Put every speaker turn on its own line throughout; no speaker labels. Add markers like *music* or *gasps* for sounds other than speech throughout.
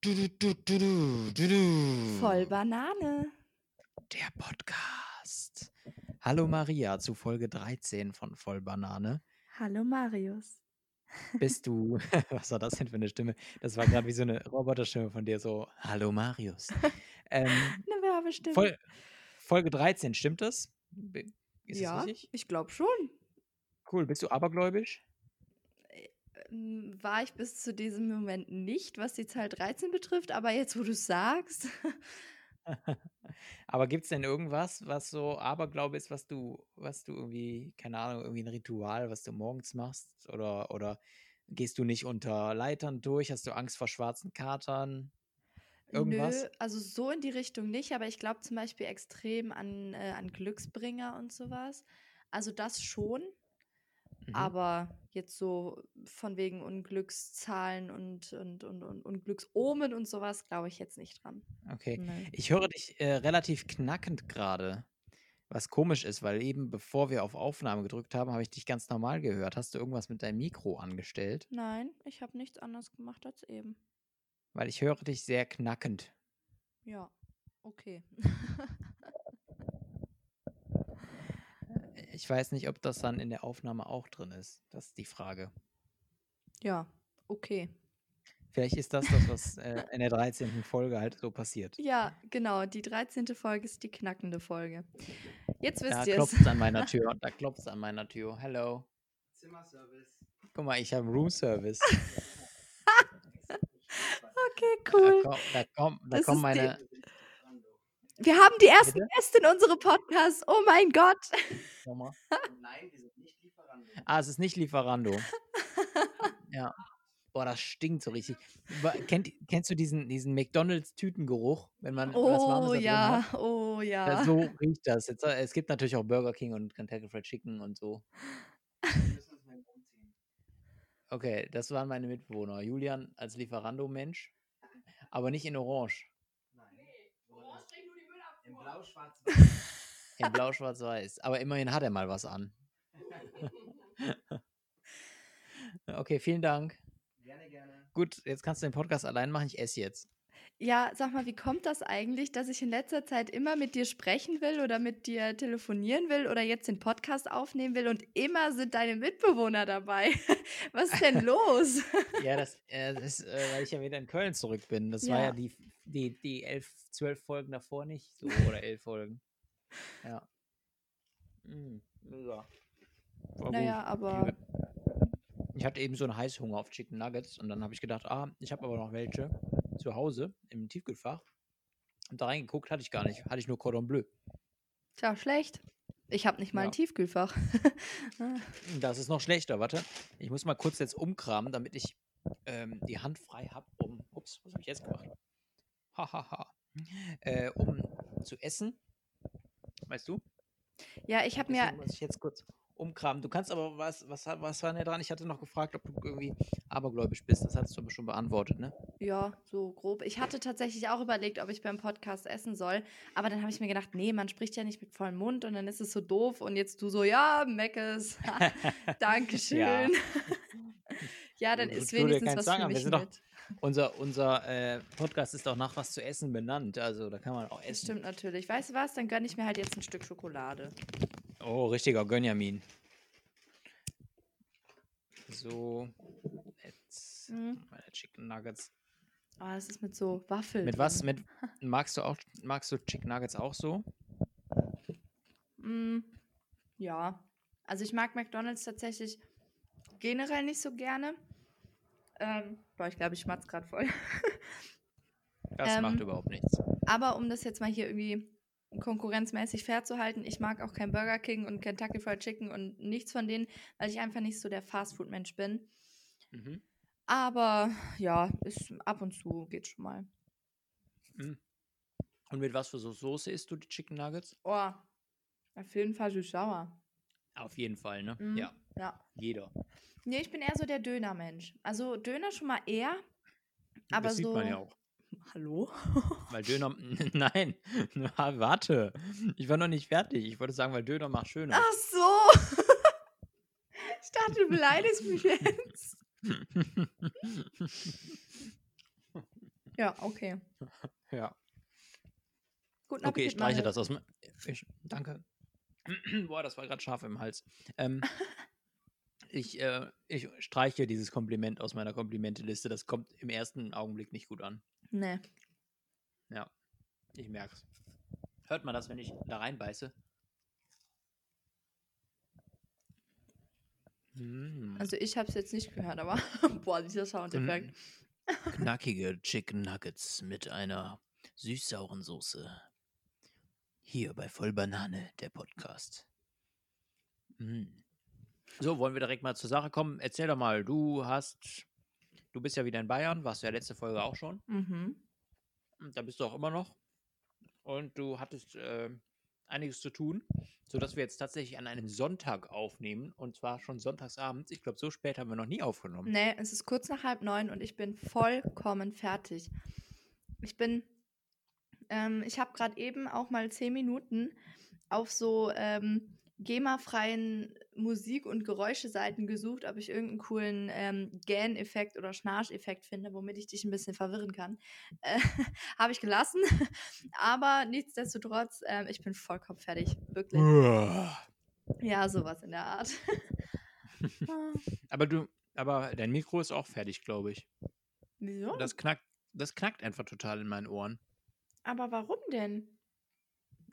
Du, du, du, du, du, du, du.
Voll Banane.
Der Podcast. Hallo Maria zu Folge 13 von Voll Banane.
Hallo Marius.
Bist du, *laughs* was war das denn für eine Stimme? Das war gerade wie so eine Roboterstimme von dir, so Hallo Marius. Ähm,
Eine Werbestimme.
Fol Folge 13, stimmt das? B- Ist
ja,
das richtig?
ich glaube schon.
Cool, bist du abergläubisch?
Ähm, War ich bis zu diesem Moment nicht, was die Zahl 13 betrifft, aber jetzt, wo du es sagst, *laughs*
Aber gibt es denn irgendwas, was so Aberglaube ist, was du, was du irgendwie, keine Ahnung, irgendwie ein Ritual, was du morgens machst? Oder, oder gehst du nicht unter Leitern durch? Hast du Angst vor schwarzen Katern? Irgendwas?
nö, also so in die Richtung nicht, aber ich glaube zum Beispiel extrem an, äh, an Glücksbringer und sowas. Also das schon,
Mhm.
aber jetzt so von wegen Unglückszahlen und, und, und, und Unglücksomen und sowas glaube ich jetzt nicht dran.
Okay.
Nö.
Ich höre dich äh, relativ knackend gerade, was komisch ist, weil eben bevor wir auf Aufnahme gedrückt haben, habe ich dich ganz normal gehört. Hast du irgendwas mit deinem Mikro angestellt?
Nein, ich habe nichts anderes gemacht als eben.
Weil ich höre dich sehr knackend.
Ja, okay. *laughs*
Äh, Ich weiß nicht, ob das dann in der Aufnahme auch drin ist. Das ist die Frage.
Ja, okay.
Vielleicht ist das das, was äh, in der 13. Folge halt so passiert.
Ja, genau. Die 13. Folge ist die knackende Folge. Jetzt
Da
wisst ihr
klopft
es.
es an meiner Tür. Da klopft es an meiner Tür. Hello.
Zimmerservice.
Guck mal, ich habe
*laughs*
Roomservice.
Okay,
Da,
cool.
komm, da, komm, da
Das
kommen
ist die-
meine.
Wir haben die ersten
Bitte?
Gäste in unserem Podcast. Oh mein Gott.
Nochmal.
Und Oh Nein, wir sind nicht Lieferando.
Ah, es ist nicht
*laughs*
Lieferando. ja. Boah, das stinkt so richtig. Wa- Kennt, kennst du diesen, diesen McDonalds-Tütengeruch, wenn man was Warmes
Oh
da drin
ja,
hat?
oh
Ja,
ja.
so riecht das. Jetzt, äh, es gibt natürlich auch Burger King und Kentucky Fried Chicken und
*laughs*
so.
Wir müssen uns mal
halt
umziehen.
Okay, das waren meine Mitbewohner. Julian als Lieferando-Mensch, aber nicht in Orange,
Nein. Woanders. Im
*laughs*
Blau-Schwarz-Weiß.
in Blau-Schwarz-Weiß. Aber immerhin hat er mal was
*laughs*
an. Okay, vielen Dank.
gerne, gerne.
Gut, jetzt kannst du den Podcast allein machen. Ich esse jetzt.
Ja, sag mal, wie kommt das eigentlich, dass ich in letzter Zeit immer mit dir sprechen will oder mit dir telefonieren will oder jetzt den Podcast aufnehmen will und immer sind deine Mitbewohner dabei? *laughs* Was ist
*laughs*
denn los?
Ja, das, äh, das ist, äh, weil ich ja wieder in Köln zurück bin. Das war
Ja.
ja die, die, die elf, zwölf Folgen davor nicht so oder elf Folgen. Ja. Mm, mega. War gut.
Naja, aber
Ich hatte eben so einen Heißhunger auf Chicken Nuggets und dann habe ich gedacht, ah, ich habe aber noch welche zu Hause im Tiefkühlfach. Und da reingeguckt hatte ich gar nicht. Hatte ich nur Cordon Bleu.
Tja, schlecht. Ich habe nicht mal
Ja.
ein Tiefkühlfach.
Das ist noch schlechter. Warte, ich muss mal kurz jetzt umkramen, damit ich ähm, die Hand frei habe, um. Ups, was habe ich jetzt gemacht? Hahaha. äh, um zu essen. Weißt du?
ja, ich habe mir,
Deswegen muss ich jetzt kurz umkramen. Du kannst aber, was, was, hat- was war denn da dran? Ich hatte noch gefragt, ob du irgendwie abergläubisch bist. Das hast du aber schon beantwortet, ne?
ja, so grob. Ich hatte tatsächlich auch überlegt, ob ich beim Podcast essen soll. Aber dann habe ich mir gedacht, nee, man spricht ja nicht mit vollem Mund und dann ist es so doof. Und jetzt du so, ja, Meckes. *laughs* Dankeschön. *laughs* Ja, dann
Du-
ist
du dir
wenigstens
keinen
was
Zwang
für
an, wir
mich
sind doch-
mit.
Unser, unser äh, Podcast ist auch nach was zu essen benannt. Also da kann man auch
Das
essen.
stimmt natürlich. Weißt du was? Dann gönne ich mir halt jetzt ein Stück Schokolade.
Oh, richtiger Gönjamin. So, jetzt
Mhm.
haben wir Chicken Nuggets.
Ah, das ist mit so Waffeln.
Mit was?
drin.
Mit magst du auch magst du Chicken Nuggets auch so?
Mm, ja. Also ich mag McDonalds tatsächlich generell nicht so gerne. Ähm, boah, ich glaube, ich schmatz gerade voll.
Das macht
Ähm,
überhaupt nichts.
Aber um das jetzt mal hier irgendwie konkurrenzmäßig fair zu halten, ich mag auch kein Burger King und Kentucky Fried Chicken und nichts von denen, weil ich einfach nicht so der Fastfood-Mensch bin.
Mhm.
Aber ja, ist, ab und zu geht schon mal.
Mhm. Und mit was für so Soße isst du die Chicken Nuggets?
Oh, auf jeden Fall süß sauer.
Auf jeden Fall, ne?
Mhm.
Ja,
Ja.
jeder.
Nee, ich bin eher so der Döner-Mensch. Also Döner schon mal eher, aber
das sieht
so.
man ja auch.
Hallo?
Weil Döner. *laughs* Nein, na, warte. Ich war noch nicht fertig. Ich wollte sagen, weil Döner macht schöner.
Ach so. *laughs* Ich dachte, du Ah. beleidigst mich jetzt. Ja, okay.
*laughs* Ja.
Guten
Okay, ich streiche
Manuel.
das aus dem. Ich, danke. *clears throat* Boah, das war gerade scharf im Hals. Ähm, ich, äh, ich streiche dieses Kompliment aus meiner Komplimenteliste. Das kommt im ersten Augenblick nicht gut an.
Nee.
Ich merk's. Hört man das, wenn ich da reinbeiße? Mm.
Also ich habe es jetzt nicht gehört, aber *laughs* boah, dieser Soundeffekt.
Mm. Knackige Chicken Nuggets mit einer süß-sauren Soße. Hier bei Vollbanane, der Podcast. Mm. So, wollen wir direkt mal zur Sache kommen. Erzähl doch mal, du hast, du bist ja wieder in Bayern, warst ja letzte Folge auch schon.
Mhm.
Und Da bist du auch immer noch. Und du hattest äh, einiges zu tun, sodass wir jetzt tatsächlich an einem Sonntag aufnehmen. Und zwar schon sonntagsabends. Ich glaube, so spät haben wir noch nie aufgenommen.
Nee, Ne, es ist kurz nach halb neun und ich bin vollkommen fertig. Ich bin, ähm, ich habe gerade eben auch mal zehn Minuten auf so ähm, GEMA-freien Musik- und Geräuscheseiten gesucht, ob ich irgendeinen coolen ähm, Gähn-Effekt oder Schnarch-Effekt finde, womit ich dich ein bisschen verwirren kann. Äh, *laughs* habe ich gelassen, *laughs* aber nichtsdestotrotz, ähm, ich bin vollkommen fertig, wirklich.
Aber
Ja, sowas in der Art. *laughs* Ah,
du, aber dein Mikro ist auch fertig, glaube ich.
Wieso?
Das knackt, das knackt einfach total in meinen Ohren.
Aber warum denn?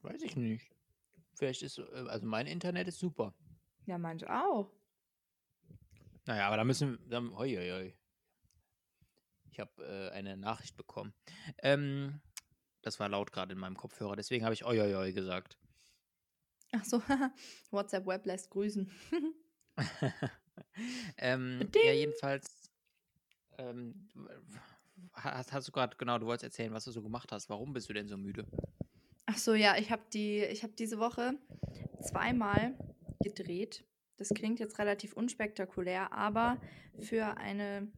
Weiß ich nicht. Vielleicht ist, äh, also mein Internet ist super.
Ja, manch auch.
Naja, aber da müssen wir. Dann, hoi, hoi, hoi. Ich habe äh, eine Nachricht bekommen. Ähm, das war laut gerade in meinem Kopfhörer, deswegen habe ich oi, oi, oi gesagt. *laughs*
Ach so, *laughs* haha. WhatsApp Web lässt grüßen.
ähm, ja,
Ding.
jedenfalls. Ähm, hast, hast du gerade, genau, du wolltest erzählen, was du so gemacht hast. Warum bist du denn so müde?
Ach so, ja, ich habe die, ich habe diese Woche zweimal gedreht. Das klingt jetzt relativ unspektakulär, aber für eine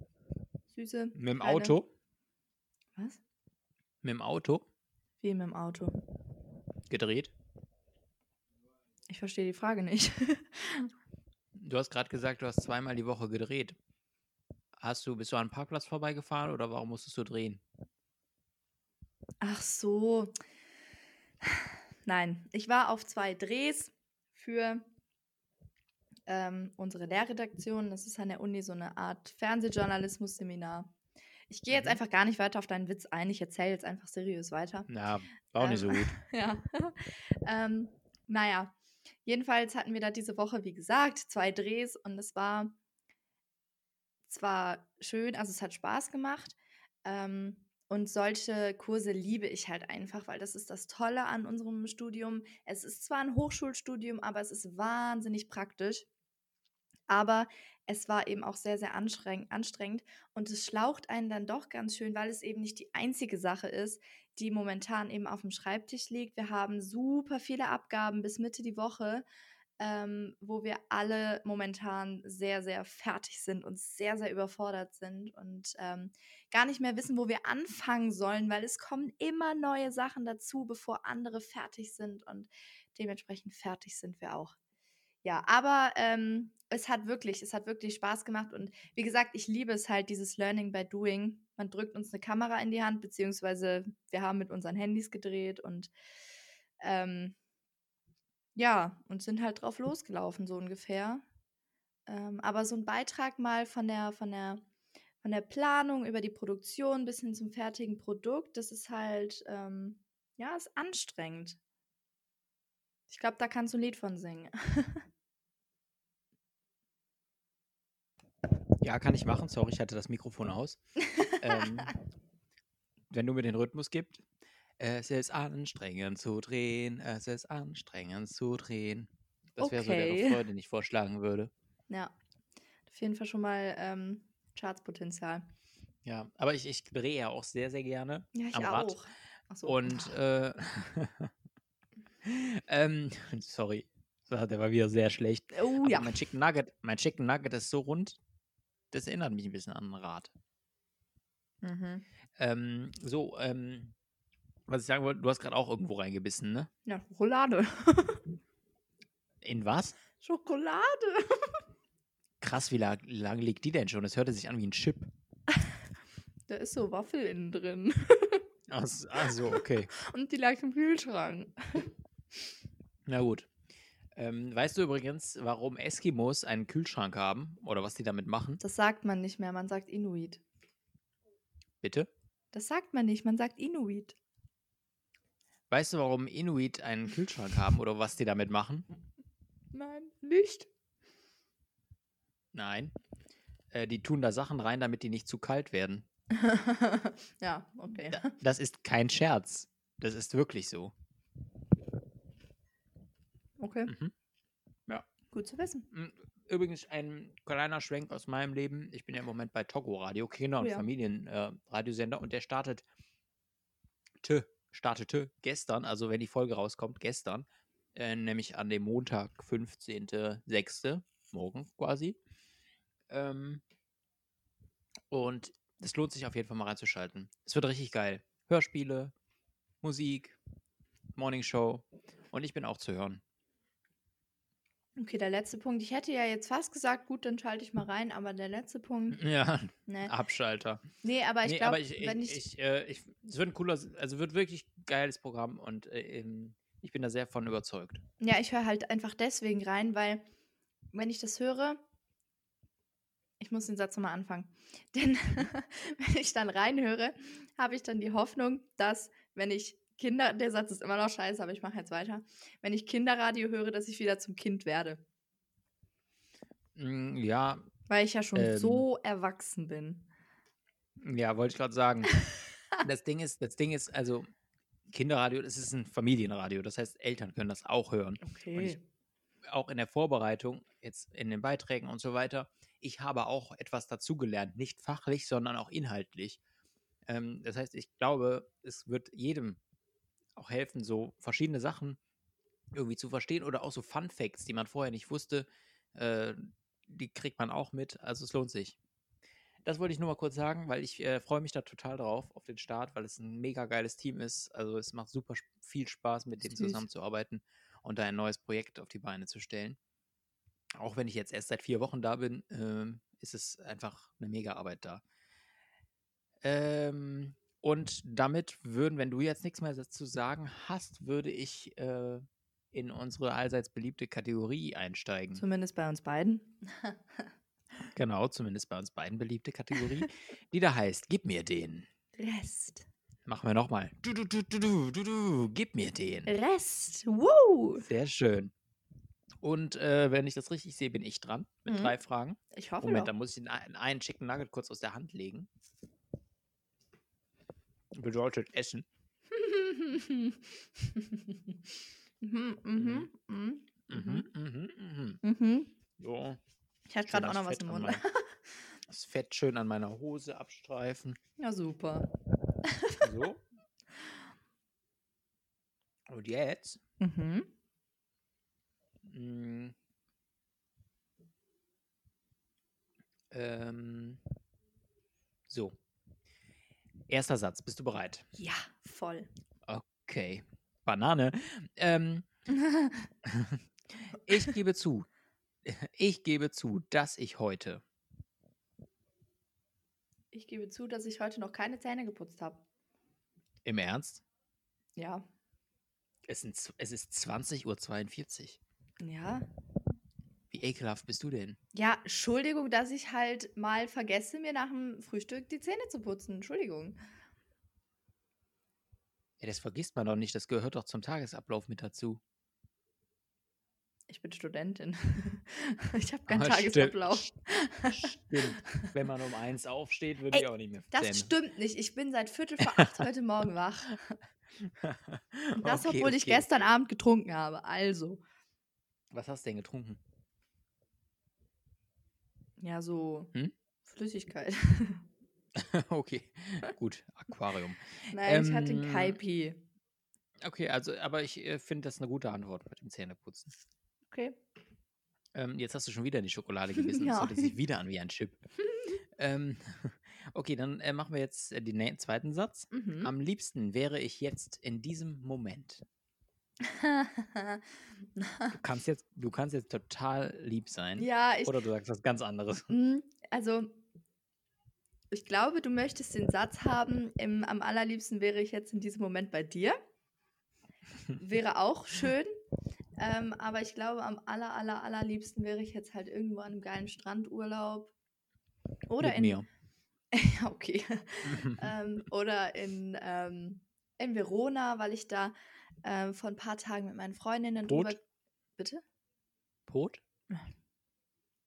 süße.
Mit dem
kleine-
Auto?
Was?
Mit dem Auto?
Wie mit dem Auto?
Gedreht?
Ich verstehe die Frage nicht. *laughs*
Du hast gerade gesagt, du hast zweimal die Woche gedreht. Hast du, bist du an einem Parkplatz vorbeigefahren oder warum musstest du drehen?
Ach so. Nein, ich war auf zwei Drehs für ähm, unsere Lehrredaktion. Das ist an der Uni so eine Art Fernsehjournalismus-Seminar. Ich gehe jetzt
Mhm.
einfach gar nicht weiter auf deinen Witz ein. Ich erzähle jetzt einfach seriös weiter.
Na, war auch nicht so
Ähm,
gut.
*laughs* Ja. ähm, naja, jedenfalls hatten wir da diese Woche, wie gesagt, zwei Drehs und es war zwar schön, also es hat Spaß gemacht. Ähm, und solche Kurse liebe ich halt einfach, weil das ist das Tolle an unserem Studium. Es ist zwar ein Hochschulstudium, aber es ist wahnsinnig praktisch. Aber es war eben auch sehr, sehr anstrengend, anstrengend. Und es schlaucht einen dann doch ganz schön, weil es eben nicht die einzige Sache ist, die momentan eben auf dem Schreibtisch liegt. Wir haben super viele Abgaben bis Mitte die Woche, ähm, wo wir alle momentan sehr, sehr fertig sind und sehr, sehr überfordert sind und ähm, gar nicht mehr wissen, wo wir anfangen sollen, weil es kommen immer neue Sachen dazu, bevor andere fertig sind und dementsprechend fertig sind wir auch. Ja, aber ähm, es hat wirklich, es hat wirklich Spaß gemacht und wie gesagt, ich liebe es halt, dieses Learning by Doing. Man drückt uns eine Kamera in die Hand, beziehungsweise wir haben mit unseren Handys gedreht und ähm, ja, und sind halt
Hm.
drauf losgelaufen, so ungefähr. Ähm, aber so ein Beitrag mal von der, von der, von der Planung über die Produktion bis hin zum fertigen Produkt, das ist halt, ähm, ja, ist anstrengend. Ich glaube, da kannst du ein Lied von singen. *laughs*
Ja, kann ich machen. Sorry, ich hatte das Mikrofon aus. ähm, *laughs* wenn du mir den Rhythmus gibst. Es ist anstrengend zu drehen, es ist anstrengend zu drehen. Das wäre so der
Okay.
Refrain, den ich vorschlagen würde.
Ja, auf jeden Fall schon mal ähm, Chartspotenzial.
Ja, aber ich, ich drehe ja auch sehr, sehr gerne.
Ja, ich
Am Rad.
auch. Ach so.
Und, äh, *laughs* ähm, sorry, So, der war wieder sehr schlecht.
oh
Aber
ja.
mein, Chicken Nugget, mein Chicken Nugget ist so rund, das erinnert mich ein bisschen an ein Rad.
Mhm.
Ähm, so, ähm, was ich sagen wollte, du hast gerade auch irgendwo reingebissen, ne?
Ja, Schokolade. *laughs*
In was?
Schokolade.
Krass, wie la- lang liegt die denn schon? Das hörte sich an wie ein Chip.
da ist so Waffel innen drin. *laughs*
Ach, ach so, okay.
Und die lag im Kühlschrank.
*laughs* Na gut. Ähm, weißt du übrigens, warum Eskimos einen Kühlschrank haben oder was die damit machen?
Das sagt man nicht mehr, man sagt Inuit.
Bitte?
Das sagt man nicht, man sagt Inuit.
Weißt du, warum Inuit einen Kühlschrank haben oder was die damit machen?
Nein, nicht.
Nein. Äh, die tun da Sachen rein, damit die nicht zu kalt werden.
*laughs* ja, okay.
Da- Das ist kein Scherz. Das ist wirklich so.
Okay.
Mhm. Ja.
Gut zu wissen.
Übrigens ein kleiner Schwenk aus meinem Leben. Ich bin ja im Moment bei Togo Radio, Kinder-
Oh
und
ja.
Familienradiosender und der startet tö, startete gestern, also wenn die Folge rauskommt, gestern, äh, nämlich an dem Montag, 15.06., morgen quasi. Ähm, und es lohnt sich auf jeden Fall mal reinzuschalten. Es wird richtig geil. Hörspiele, Musik, Morning Show und ich bin auch zu hören.
Okay, der letzte Punkt. Ich hätte ja jetzt fast gesagt, gut, dann schalte ich mal rein, aber der letzte Punkt,
Ja,
ne.
Abschalter.
Nee, aber
Mhm. Ah.
ich
Nee,
glaube,
aber ich, ich,
wenn ich,
ich, äh, ich, es wird ein cooler, also wird wirklich geiles Programm und äh, ähm, ich bin da sehr von überzeugt.
Ja, ich höre halt einfach deswegen rein, weil wenn ich das höre, ich muss den Satz nochmal anfangen. *laughs* Denn wenn ich dann reinhöre, habe ich dann die Hoffnung, dass wenn ich Kinder, der Satz ist immer noch scheiße, aber ich mache jetzt weiter, wenn ich Kinderradio höre, dass ich wieder zum Kind werde,
Mm, ja,
weil ich ja schon
Ähm.
so erwachsen bin.
ja, wollte ich gerade
*laughs*
sagen. das Ding ist, das Ding ist, also Kinderradio, das ist ein Familienradio, das heißt, Eltern können das auch hören. Und ich,
Okay.
auch in der Vorbereitung, jetzt in den Beiträgen und so weiter, ich habe auch etwas dazugelernt, nicht fachlich, sondern auch inhaltlich. Ähm, das heißt, ich glaube, es wird jedem auch helfen, so verschiedene Sachen irgendwie zu verstehen oder auch so Fun Facts, die man vorher nicht wusste, äh, die kriegt man auch mit. Also es lohnt sich. Das wollte ich nur mal kurz sagen, weil ich äh, freue mich da total drauf auf den Start, weil es ein mega geiles Team ist. Also es macht super sp- viel Spaß, mit dem
Süß.
zusammenzuarbeiten und da ein neues Projekt auf die Beine zu stellen. Auch wenn ich jetzt erst seit vier Wochen da bin, ähm, ist es einfach eine mega Arbeit da. Ähm, und damit würden, wenn du jetzt nichts mehr dazu sagen hast, würde ich äh, in unsere allseits beliebte Kategorie einsteigen.
Hm. Zumindest bei uns beiden.
genau, zumindest bei uns beiden beliebte Kategorie, die da heißt, gib mir den.
Rest.
Machen wir nochmal. Du, du, du, du, du, du, du, gib mir
Äh,
den.
Rest. Woo!
Sehr schön. Und äh, wenn ich das richtig sehe, bin ich dran mit
Mhm.
drei Fragen.
Ich hoffe
Moment, da
doch.
muss ich den ein- einen Chicken Nugget kurz aus der Hand legen. Bedeutet essen.
*laughs* mhm, mhm, mhm,
Mhm, mhm, mhm.
mhm.
So.
Ich hatte
schön
gerade
das
auch noch was
Fett
im
an
Mund. *laughs*
meiner- Das Fett schön an meiner Hose abstreifen.
Ja, super. *laughs*
So. Und jetzt
Mhm.
Mm. Ähm. So. Erster Satz. Bist du bereit?
Ja, voll.
Okay. Banane.
*laughs*
Ähm, ich gebe zu. Ich gebe zu, dass ich heute.
Ich gebe zu, dass ich heute noch keine Zähne geputzt habe.
Im Ernst?
Ja.
Es, sind, z- es ist 20.42 Uhr.
Ja.
Wie ekelhaft bist du denn?
Ja, Entschuldigung, dass ich halt mal vergesse, mir nach dem Frühstück die Zähne zu putzen. Entschuldigung.
Ja, das vergisst man doch nicht. Das gehört doch zum Tagesablauf mit dazu.
Ich bin Studentin. *laughs* Ich habe keinen
Ah, stimmt.
Tagesablauf.
Stimmt. Wenn man um eins aufsteht, würde
Ey,
ich auch nicht mehr
Das stimmt nicht. Ich bin seit Viertel vor acht *laughs* heute Morgen wach. Und Das, obwohl ich gestern Abend getrunken habe. Also.
Was hast du denn getrunken? *laughs*
Ja, so
Hm?
Flüssigkeit. *laughs*
okay, gut, Aquarium.
Nein, ich hatte
Ähm,
einen Kaipi.
Okay, also, aber ich äh, finde das eine gute Antwort mit dem Zähneputzen.
Okay.
Ähm, jetzt hast du schon wieder in die
*laughs*
Schokolade gebissen. Das
Ja.
hört sich wieder an wie ein
*laughs*
Chip. ähm, *laughs* okay, dann äh, machen wir jetzt äh, den nä- zweiten Satz.
Mhm.
Am liebsten wäre ich jetzt in diesem Moment. Du kannst jetzt, du kannst jetzt total lieb sein.
*laughs* ja, ich.
Oder du sagst was ganz anderes.
Mm, Also, Ich glaube, du möchtest den Satz haben, im, am allerliebsten wäre ich jetzt in diesem Moment bei dir. Wäre
*laughs*
auch schön. Ähm, aber ich glaube, am aller, aller, allerliebsten wäre ich jetzt halt irgendwo an einem geilen Strandurlaub. Oder
Mit
in.
*laughs* mir.
*laughs* Ja, okay. ähm, oder in, ähm, in Verona, weil ich da ähm, vor ein paar Tagen mit meinen Freundinnen
Rot?
Bitte?
Pot?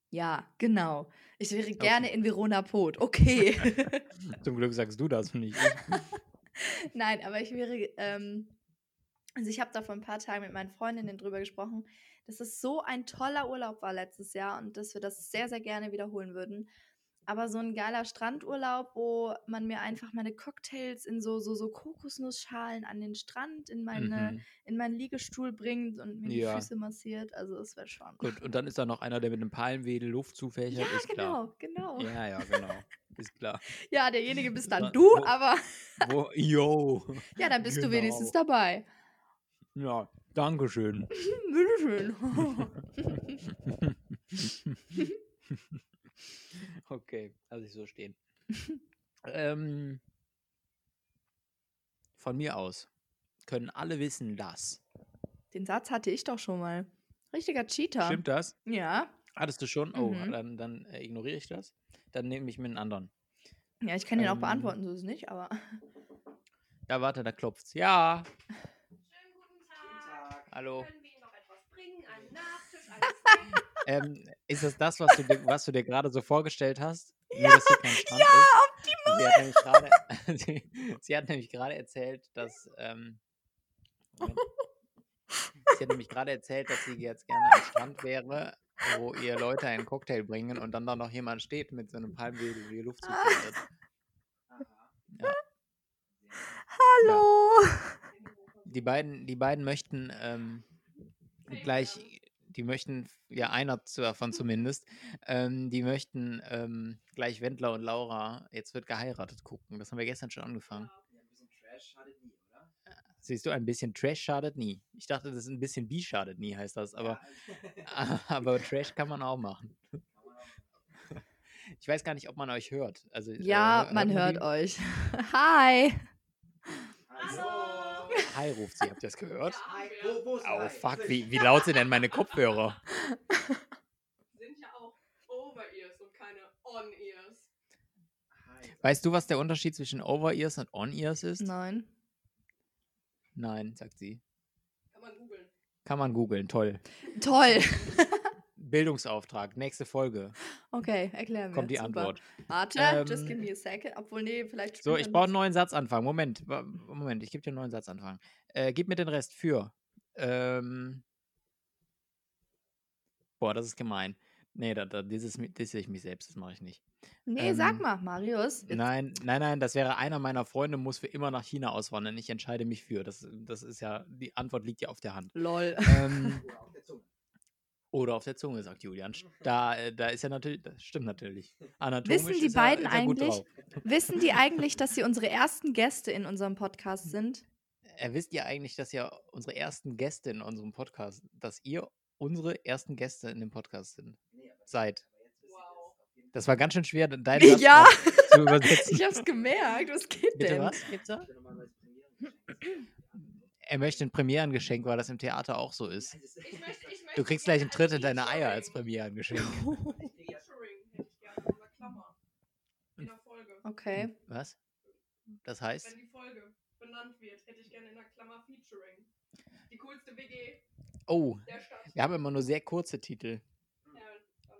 Ja, genau. Ich wäre gerne in Verona Pot.
*laughs*
Okay. *laughs*
Zum Glück sagst du das und *laughs* nicht ich.
Nein, aber ich wäre, ähm, also ich habe da vor ein paar Tagen mit meinen Freundinnen drüber gesprochen, dass es so ein toller Urlaub war letztes Jahr und dass wir das sehr, sehr gerne wiederholen würden. Aber so ein geiler Strandurlaub, wo man mir einfach meine Cocktails in so, so, so Kokosnussschalen an den Strand in, meine,
Mhm.
in meinen Liegestuhl bringt und mir
Ja.
die Füße massiert. Also das wäre schon.
Gut, und dann ist da noch einer, der mit einem Palmwedel Luft zufächert,
ja,
ist klar.
genau, genau. Ja.
Ja, ja, genau. Ist klar.
derjenige bist dann
Dann-
du,
wo-
aber
Wo, yo.
ja, dann bist du
Genau.
wenigstens dabei.
Ja,
*laughs*
Dankeschön.
Hm,
*laughs*
Bitteschön.
okay, lass ich so stehen. ähm, von mir aus können alle wissen, dass.
Den Satz hatte ich doch schon mal. Richtiger Cheater.
Stimmt das?
Ja.
Hattest du schon? Oh,
Mhm.
dann, dann äh, ignoriere ich das. Dann nehme ich mir einen anderen.
Ja, ich kann den auch
Ähm.
beantworten, so ist es nicht, aber. *laughs*
Ja, warte, da klopft's. Ja.
Schönen guten
Guten
Tag.
Tag.
Hallo.
Können wir Ihnen noch etwas bringen? Einen Nachtisch, einen Snack?
*laughs* Ähm, ist das das, was du dir, was du dir gerade so vorgestellt hast? Ja, Nur, dass hier kein Strand ist? ja optimal. Sie hat nämlich gerade, *laughs* sie, sie hat nämlich gerade erzählt, dass. Ähm, Moment. sie hat nämlich gerade erzählt, dass sie jetzt gerne am Strand wäre, wo ihr Leute einen Cocktail bringen und dann da noch jemand steht mit so einem Palmwedel, die Luft zufächert.
Aha.
Ja.
Hallo!
Die beiden, die beiden möchten ähm, gleich, die möchten, ja, einer zu- davon zumindest, ähm, die möchten ähm, gleich Wendler und Laura, jetzt wird geheiratet gucken. Das haben wir gestern schon angefangen.
Ja, ein bisschen Trash schadet nie, oder?
Siehst du, ein bisschen Trash schadet nie. Ich dachte, das ist ein bisschen B schadet nie, heißt das, aber,
Ja,
*laughs* aber Trash kann man auch machen. Ich weiß gar nicht, ob man euch hört. Also,
Ja, man hört
euch.
euch. *laughs* Hi!
also-
Hallo.
Hallo.
Hi, ruft sie. Habt ihr das gehört?
Ja,
Hi,
haben wir.
wo, wo ist
Oh,
Hi?
fuck, wie, wie laut sind denn meine Kopfhörer?
Sind ja auch Over-Ears und keine On-Ears.
Hi.
Weißt du, was der Unterschied zwischen Over-Ears und On-Ears ist?
Nein.
Nein, sagt sie.
Kann man googeln.
Kann man googeln, toll.
Toll!
Bildungsauftrag, nächste Folge.
Okay, erklär mir.
Kommt die
Super.
Antwort.
Warte,
Ähm.
just give me a second. Obwohl, nee, vielleicht.
So,
später
ich brauche einen
noch.
neuen Satzanfang. Moment, wa- Moment, ich gebe dir einen neuen Satzanfang. Äh, gib mir den Rest für. Ähm, boah, das ist gemein. Nee, da, da disse ich mich selbst, das mache ich nicht.
Nee, sag
ähm,
mal, Marius. jetzt-
Nein, nein, nein, das wäre einer meiner Freunde, muss für immer nach China auswandern. Ich entscheide mich für. Das, das ist ja, die Antwort liegt ja auf der Hand.
Lol.
Ähm,
Oder Oh, auf der Zunge.
Oder auf der Zunge, sagt Julian.
Mhm.
Sch- Da, äh, da ist ja natürlich, das stimmt natürlich. Anatomisch
die
ist er-
beiden
ist er gut
eigentlich-
drauf.
Wissen die eigentlich, dass sie unsere ersten Gäste in unserem Podcast sind?
Äh, wisst ihr eigentlich, dass ja unsere ersten Gäste in unserem Podcast, dass ihr unsere ersten Gäste in dem Podcast sind,
Nee, aber-
seid?
aber jetzt wissen
Wow.
wir es auf jeden
Das war ganz schön schwer, deinen Satz
Ja,
noch zu übersetzen.
*laughs* ich hab's gemerkt. Was geht
Bitte
denn?
was? Gibt's da?
Fall. Ich bin normalerweise Premierengeschenk.
Er möchte ein Premierengeschenk, weil *clears throat* das im Theater auch so ist.
*laughs*
Ich möchte, ich möchte
Du kriegst gleich einen
gerne
Tritt
ein
in deine Eier als
Featuring.
Premierengeschenk.
Featuring hätte ich gerne in der Klammer. In der Folge.
Oh,
Okay.
*laughs* Was? Das heißt,
Wenn die Folge benannt wird, hätte ich gerne in der Klammer Featuring. Die coolste WG
oh,
der Stadt.
wir haben immer nur sehr kurze Titel.
Ja, dann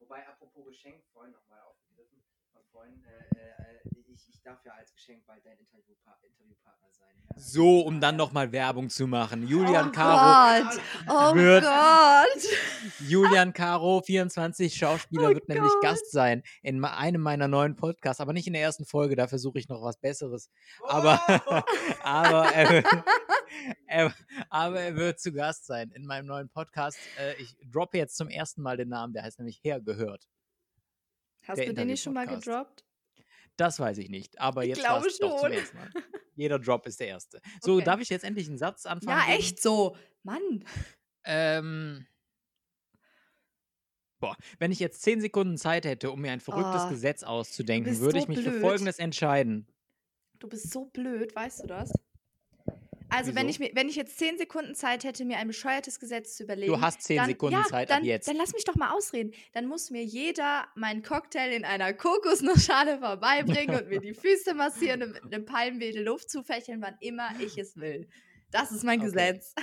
Wobei, apropos Geschenk, vorhin nochmal aufgegriffen. Und vorhin, äh, äh, ich, ich darf ja als Geschenk bald dein Interviewpa Interviewpartner sein. Ja?
So, um dann nochmal Werbung zu machen. Julian
Oh
Caro
Gott. Oh
Wird-
Gott.
Julian Caro, 24 Schauspieler,
Oh
wird nämlich
Gott.
Gast sein in ma- einem meiner neuen Podcasts, aber nicht in der ersten Folge, da versuche ich noch was Besseres. Aber, *laughs* aber, er,
*laughs*
wird- er, aber er wird zu Gast sein in meinem neuen Podcast. Äh, ich droppe jetzt zum ersten Mal den Namen, der heißt nämlich Hergehört.
Hast
Der
du den nicht schon mal
Interview-Podcast.
gedroppt?
Das weiß ich nicht, aber
Ich
jetzt
glaube
war's doch zum
schon.
ersten Mal. Jeder Drop ist der erste. So,
Okay.
darf ich jetzt endlich einen Satz anfangen?
Ja, echt so. Mann.
Ähm, Boah, wenn ich jetzt zehn Sekunden Zeit hätte, um mir ein verrücktes
Oh,
Gesetz auszudenken,
bist
würde
so
ich mich für
blöd.
Folgendes entscheiden.
Du bist so blöd, weißt du das? Also, wenn
Wieso?
ich, mir, wenn ich jetzt zehn Sekunden Zeit hätte, mir ein bescheuertes Gesetz zu überlegen.
Du hast zehn
dann,
Sekunden
ja,
Zeit
dann,
ab jetzt.
Dann lass mich doch mal ausreden. Dann muss mir jeder meinen Cocktail in einer Kokosnussschale *laughs* vorbeibringen und mir die Füße massieren und mit einem Palmwedel Luft zufächeln, wann immer ich es will. Das ist mein
Okay.
Gesetz.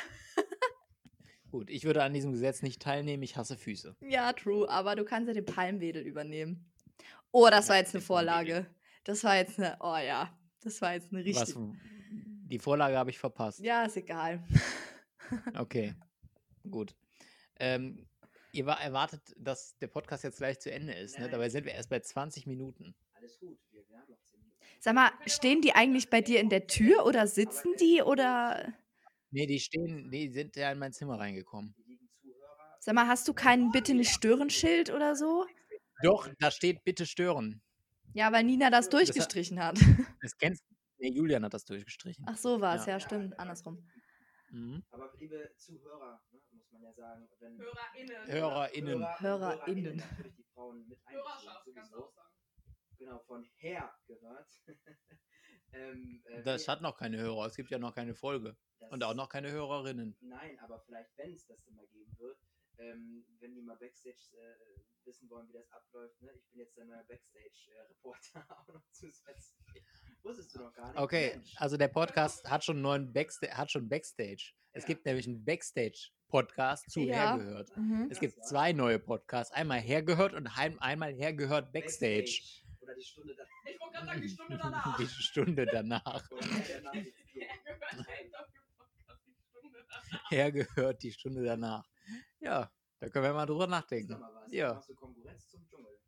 Gut, ich würde an diesem Gesetz nicht teilnehmen, ich hasse Füße.
Ja, true, aber du kannst ja den Palmwedel übernehmen. Oh, das
*laughs*
war jetzt eine
den Palmwedel.
Vorlage. Das war jetzt eine, oh ja, das war jetzt eine
Was,
richtige.
die Vorlage habe ich verpasst.
Ja, ist egal.
Okay, gut. Ähm, ihr war, erwartet, dass der Podcast jetzt gleich zu Ende ist. Ne?
Nein.
Dabei sind wir erst bei 20 Minuten.
Alles gut, wir, wir haben noch 10 Minuten. äh,
Sag mal, stehen die eigentlich bei dir in der Tür oder sitzen die oder.
Nee, die stehen, die sind ja in mein Zimmer reingekommen.
Die lieben Zuhörer.
Sag mal, hast du kein Bitte nicht stören Schild oder so?
Doch, da steht bitte stören.
Ja, weil Nina das
Das hat-
durchgestrichen hat.
Das kennst Nee, Julian hat das durchgestrichen.
Ach, so war es,
Ja.
ja. stimmt. Andersrum.
Mhm.
Aber liebe Zuhörer, ne, muss man ja sagen, wenn
HörerInnen.
HörerInnen.
Hörer-
HörerInnen.
natürlich die Frauen mit
Hörerschaft,
einbeziehen,
kannst du
sowieso.
auch sagen.
Genau, von Herr gehört. *laughs* ähm, äh,
Das
wir-
hat noch keine Hörer. Es gibt ja noch keine Folge.
das-
Und auch noch keine Hörerinnen.
Nein, aber vielleicht, wenn es das denn mal geben wird, ähm, wenn die mal Backstage äh, wissen wollen, wie das abläuft, ne? ich bin jetzt der neue äh, Backstage-Reporter *laughs* auch noch zusätzlich. Wusstest du noch gar nicht?
Okay,
Mensch.
also der Podcast hat schon einen neuen Backsta hat schon Backstage. Es
Ja.
gibt nämlich einen Backstage-Podcast zu
Ja.
Hergehört.
Mhm.
Es gibt zwei neue Podcasts. Einmal Hergehört und heim, einmal Hergehört Backstage.
Oder die Stunde danach.
Ich wollte gerade sagen, die Stunde
Genau
danach.
*laughs*
*laughs*
Die Stunde danach.
Oder danach jetzt so.
Er gehört halt auf den Podcast die Stunde danach.
Hergehört die Stunde danach. Ja, da können wir mal drüber
Ist doch
nachdenken.
mal
*laughs*
was.
Ja.
Machst du Konkurrenz zum Dschungel?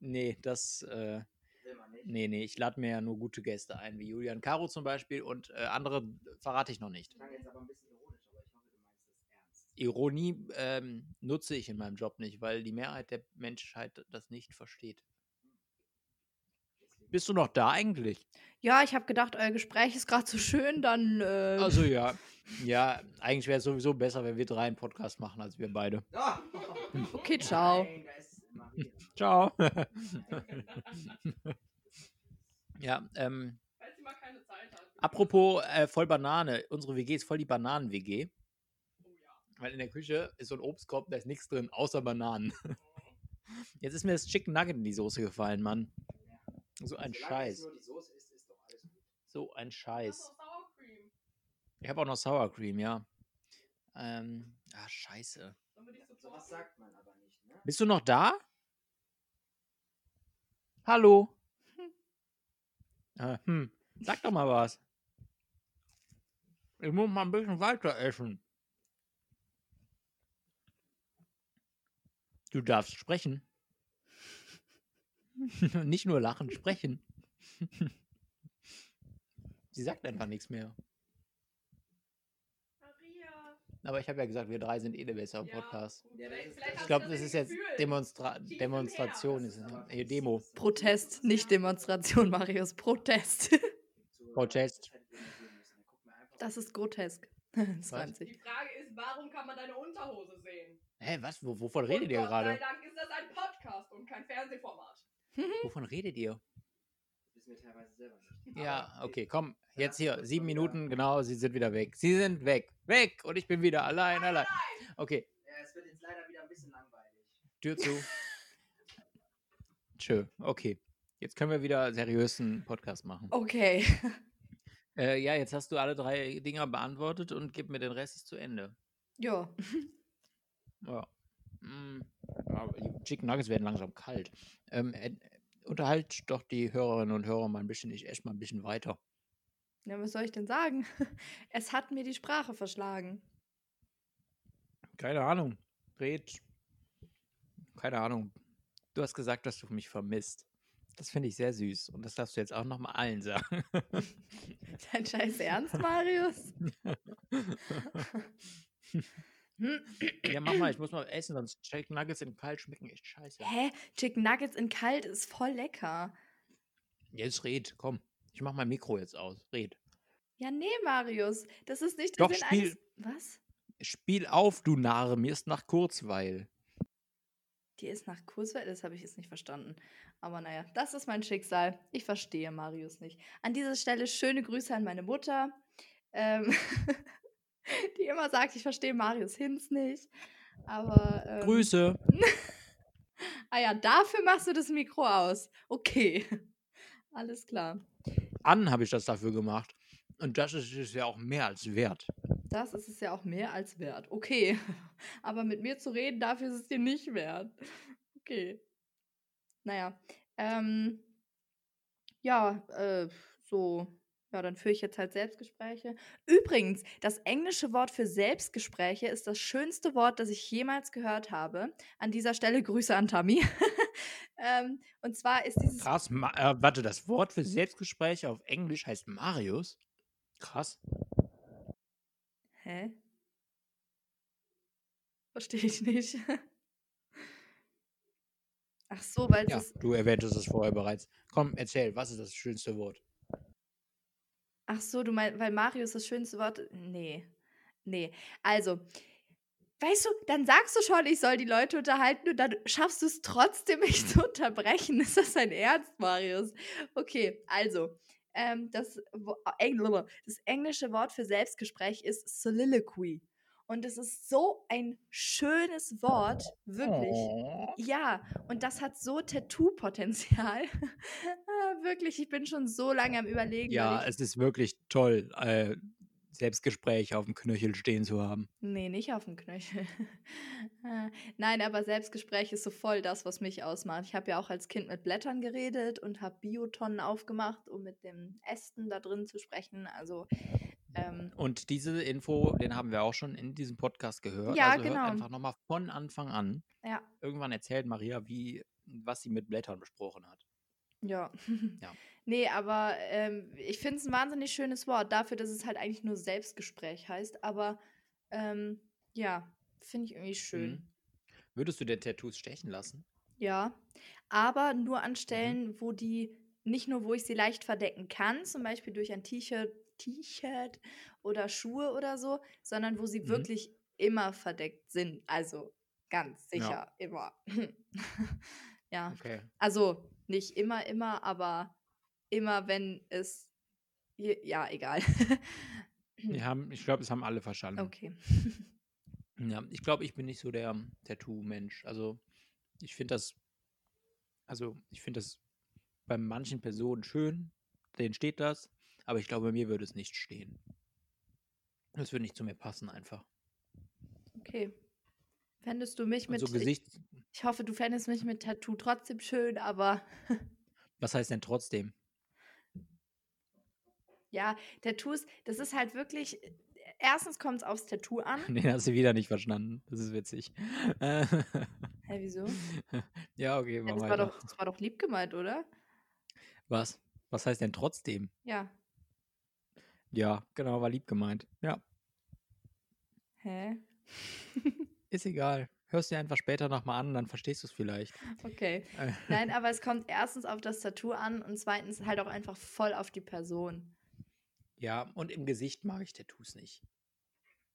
Nee, das, äh,
Will man nicht.
nee, nee, ich lade mir ja nur gute Gäste ein, wie Julian Caro zum Beispiel und äh, andere verrate ich noch nicht.
Ich klang jetzt aber ein bisschen ironisch, aber ich hoffe, du meinst das ernst.
*laughs* Ironie ähm, nutze ich in meinem Job nicht, weil die Mehrheit der Menschheit das nicht versteht.
Deswegen-
Bist du noch da eigentlich?
Ja, ich habe gedacht, euer Gespräch ist gerade so schön, dann. Äh,
Also ja. Ja, eigentlich wäre es sowieso besser, wenn wir drei einen Podcast machen als wir beide.
Ah!
*laughs*
okay, ciao.
Nein, da ist Maria.
Ciao.
Nein.
ja, ähm,
Falls sie mal keine Zeit hat.
apropos äh, voll Banane. Unsere WG ist voll die Bananen-WG,
Oh ja.
weil in der Küche ist so ein Obstkorb, da ist nichts drin, außer Bananen. *laughs* Jetzt ist mir das Chicken Nugget in die Soße gefallen, Mann. So *laughs* ein
Solange es
Scheiß.
Nur die Soße ist, ist doch alles gut.
So ein
Das
Scheiß.
ist Sour Cream.
Ich habe auch noch Sour Cream, ja. Ähm, ah, scheiße.
Sollen wir dich
Sowas
supporten?
sagt man aber nicht, ne?
Bist du noch da? Hallo? Äh, hm. Sag doch mal was. Ich muss mal ein bisschen weiter essen. Du darfst sprechen. *laughs* Nicht nur lachen, sprechen. *laughs* Sie sagt einfach nichts mehr.
Maria.
Aber ich habe ja gesagt, wir drei sind eh der bessere
Ja, oh,
Podcast.
gut,
Ja, das
vielleicht-
ist-
vielleicht
ich
Ich
hast
glaube,
du
das
in
ist jetzt
Gefühl.
Demonstra
Tief im
Demonstration,
Herz.
ist es,
Aber
äh,
das
Demo.
ist-
Protest, nicht Demonstration, Marius. Protest. *laughs*
So,
Protest.
das hätte ich nicht sehen müssen. Dann guck mir einfach
Das
so-
ist grotesk. *laughs*
Die
20.
Frage ist, warum kann man deine Unterhose sehen?
Hä, was? Wo- Wovon redet
Und
ihr
Gott sei
gerade?
Dank ist das ein Podcast und kein Fernsehformat.
Wovon redet ihr?
wissen wir teilweise selber nicht.
Ja,
Aber
okay, komm.
Ja,
Jetzt hier,
das
sieben
war wieder-
Minuten, genau, sie sind wieder weg. Sie sind weg. Weg! Und ich bin wieder allein, allein. Okay,
äh, Es wird jetzt leider wieder ein bisschen langweilig.
Tür zu. Tschö, okay. Jetzt können wir wieder seriös einen Podcast machen.
Okay.
Äh, ja, jetzt hast du alle drei Dinger beantwortet und gib mir den Rest ist zu Ende.
Jo.
Ja. Mm, aber die Chicken Nuggets werden langsam kalt. Ähm, äh, unterhalt doch die Hörerinnen und Hörer mal ein bisschen. Ich esse mal ein bisschen weiter.
Na, was soll ich denn sagen? *laughs* Es hat mir die Sprache verschlagen.
Keine Ahnung. Red. Keine Ahnung. Du hast gesagt, dass du mich vermisst. Das finde ich sehr süß. Und das darfst du jetzt auch nochmal allen *clears throat* sagen.
Dein Scheiß Ernst, Marius? Hm,
ja, mach mal, ich muss mal essen, sonst Chicken Nuggets in kalt schmecken echt scheiße.
Hä? Chicken Nuggets in kalt ist voll lecker.
Jetzt red, komm. Ich mach mein Mikro jetzt aus. Red.
Ja, nee, Marius. Das ist nicht der
Doch,
Sinn
Spiel-
eines. Was?
Spiel auf, du Narre. Mir ist nach Kurzweil.
Die ist nach Kurzweil, das habe ich jetzt nicht verstanden. Aber naja, das ist mein Schicksal. Ich verstehe Marius nicht. An dieser Stelle schöne Grüße an meine Mutter, ähm, *laughs* die immer sagt, ich verstehe Marius Hinz nicht. Aber. Ähm,
Grüße.
Ah ja, dafür machst du das Mikro aus. Okay. *laughs* Alles klar.
An habe ich das dafür gemacht. Und das ist es ja auch mehr als wert.
Das ist es ja auch mehr als wert. Okay. *laughs* Aber mit mir zu reden, dafür ist es dir nicht wert. Okay. Naja. Ähm, ja, äh, so. Ja, dann führe ich jetzt halt Selbstgespräche. Übrigens, das englische Wort für Selbstgespräche ist das schönste Wort, das ich jemals gehört habe. An dieser Stelle Grüße an Tammy. *laughs* ähm, und zwar ist dieses
Krass, Ma äh, warte, das Wort für Selbstgespräche auf Englisch heißt Marius. Krass.
Hä? Verstehe ich nicht. *laughs* Ach so, weil
Ja,
das.
du erwähntest es vorher bereits. Komm, erzähl, was ist das schönste Wort?
Ach so, du meinst, weil Marius das schönste Wort. Nee. Nee. Also, weißt du, dann sagst du schon, ich soll die Leute unterhalten und dann schaffst du es trotzdem, mich zu unterbrechen. Ist das dein Ernst, Marius? Okay, also. Ähm, das, Wo- Engl- das englische Wort für Selbstgespräch ist Soliloquy. Und es ist so ein schönes Wort, wirklich.
Oh.
Ja, und das hat so Tattoo-Potenzial. *laughs* Ah, Wirklich, ich bin schon so lange am Überlegen.
Ja,
weil ich,
es ist wirklich toll, äh, Selbstgespräche auf dem Knöchel stehen zu haben.
nee, nicht auf dem Knöchel. *laughs* Ah, Nein, aber Selbstgespräch ist so voll das, was mich ausmacht. Ich habe ja auch als Kind mit Blättern geredet und habe Biotonnen aufgemacht, um mit den Ästen da drin zu sprechen. Also, ähm,
Und diese Info, den haben wir auch schon in diesem Podcast gehört.
Ja,
also
genau.
hört einfach nochmal von Anfang an.
Ja.
Irgendwann erzählt Maria, wie, was sie mit Blättern besprochen hat.
Ja.
Ja.
*laughs* Nee, aber ähm, ich finde es ein wahnsinnig schönes Wort dafür, dass es halt eigentlich nur Selbstgespräch heißt. Aber ähm, ja, finde ich irgendwie schön.
Mhm. Würdest du dir Tattoos stechen lassen?
Ja. Aber nur
Mhm.
an Stellen, wo die, nicht nur wo ich sie leicht verdecken kann, zum Beispiel durch ein T-Shirt, T-Shirt oder Schuhe oder so, sondern wo sie
Mhm.
wirklich immer verdeckt sind. Also ganz
Ja.
sicher, immer. *laughs* ja.
Okay.
*clears throat* Also nicht immer, immer, aber immer, wenn es. je- Ja, egal. *laughs*
Mhm. Wir haben, ich glaube, das haben alle verstanden.
okay.
Ja, ich glaube, ich bin nicht so der ähm, Tattoo-Mensch. Also, ich finde das, also, ich finde das bei manchen Personen schön, denen steht das, aber ich glaube, bei mir würde es nicht stehen. Das würde nicht zu mir passen, einfach.
Okay. Fändest du mich
Und
mit.
so Also Gesicht,
ich, ich hoffe, du fändest mich mit Tattoo trotzdem schön, aber
was heißt denn trotzdem?
ja, Tattoos, das ist halt wirklich. Erstens kommt es aufs
*laughs*
Tattoo an.
Den hast du wieder nicht verstanden. Das ist witzig. *laughs* Äh,
Hä, wieso?
ja, okay,
Ja,
mal
das, war
weiter.
doch, das war doch lieb gemeint, oder?
Was? Was heißt denn trotzdem?
Ja.
Ja, genau, war lieb gemeint. Ja,
Hä?
ist egal. Hörst dir einfach später nochmal an, dann verstehst du es vielleicht.
Okay.
Äh,
Nein, aber
*laughs*
es kommt erstens auf das Tattoo an und zweitens halt auch einfach voll auf die Person.
Ja, und im Gesicht mag ich Tattoos nicht.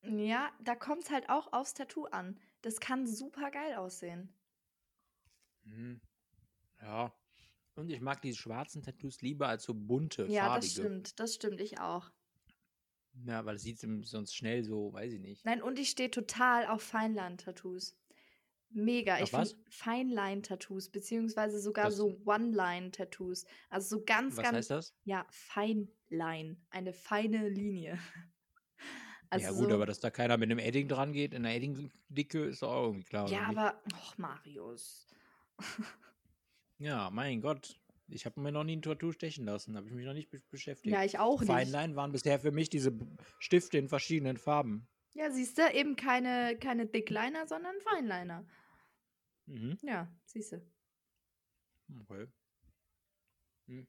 Ja, da kommt es halt auch aufs Tattoo an. Das kann super geil aussehen.
Hm. Ja. Und ich mag diese schwarzen Tattoos lieber als so bunte,
Ja, das
Äh, farbige.
stimmt. Das stimmt, ich auch.
Ja, weil es sieht im- sonst schnell so, weiß ich nicht.
Nein, und ich stehe total auf Feinline-Tattoos. Mega.
Auf
Ich
was?
finde Feinline-Tattoos, beziehungsweise sogar
Das-
so One-Line-Tattoos. Also so ganz,
Was
ganz.
heißt das?
Ja, Feinline. Eine feine Linie.
ja, gut,
also so,
aber dass da keiner mit einem Edding dran geht, in einer Edding-Dicke, ist doch auch irgendwie klar. oder
Ja,
nicht?
aber. Och, Marius.
ja, mein Gott. Ich habe mir noch nie ein Tattoo stechen lassen, habe ich mich noch nicht be- beschäftigt.
Ja, ich auch nicht.
Feinlein waren bisher für mich diese B- Stifte in verschiedenen Farben.
Ja, siehst du, eben keine, keine Dickliner, sondern Feinliner.
Mhm.
Ja, siehst du.
Okay. Hm.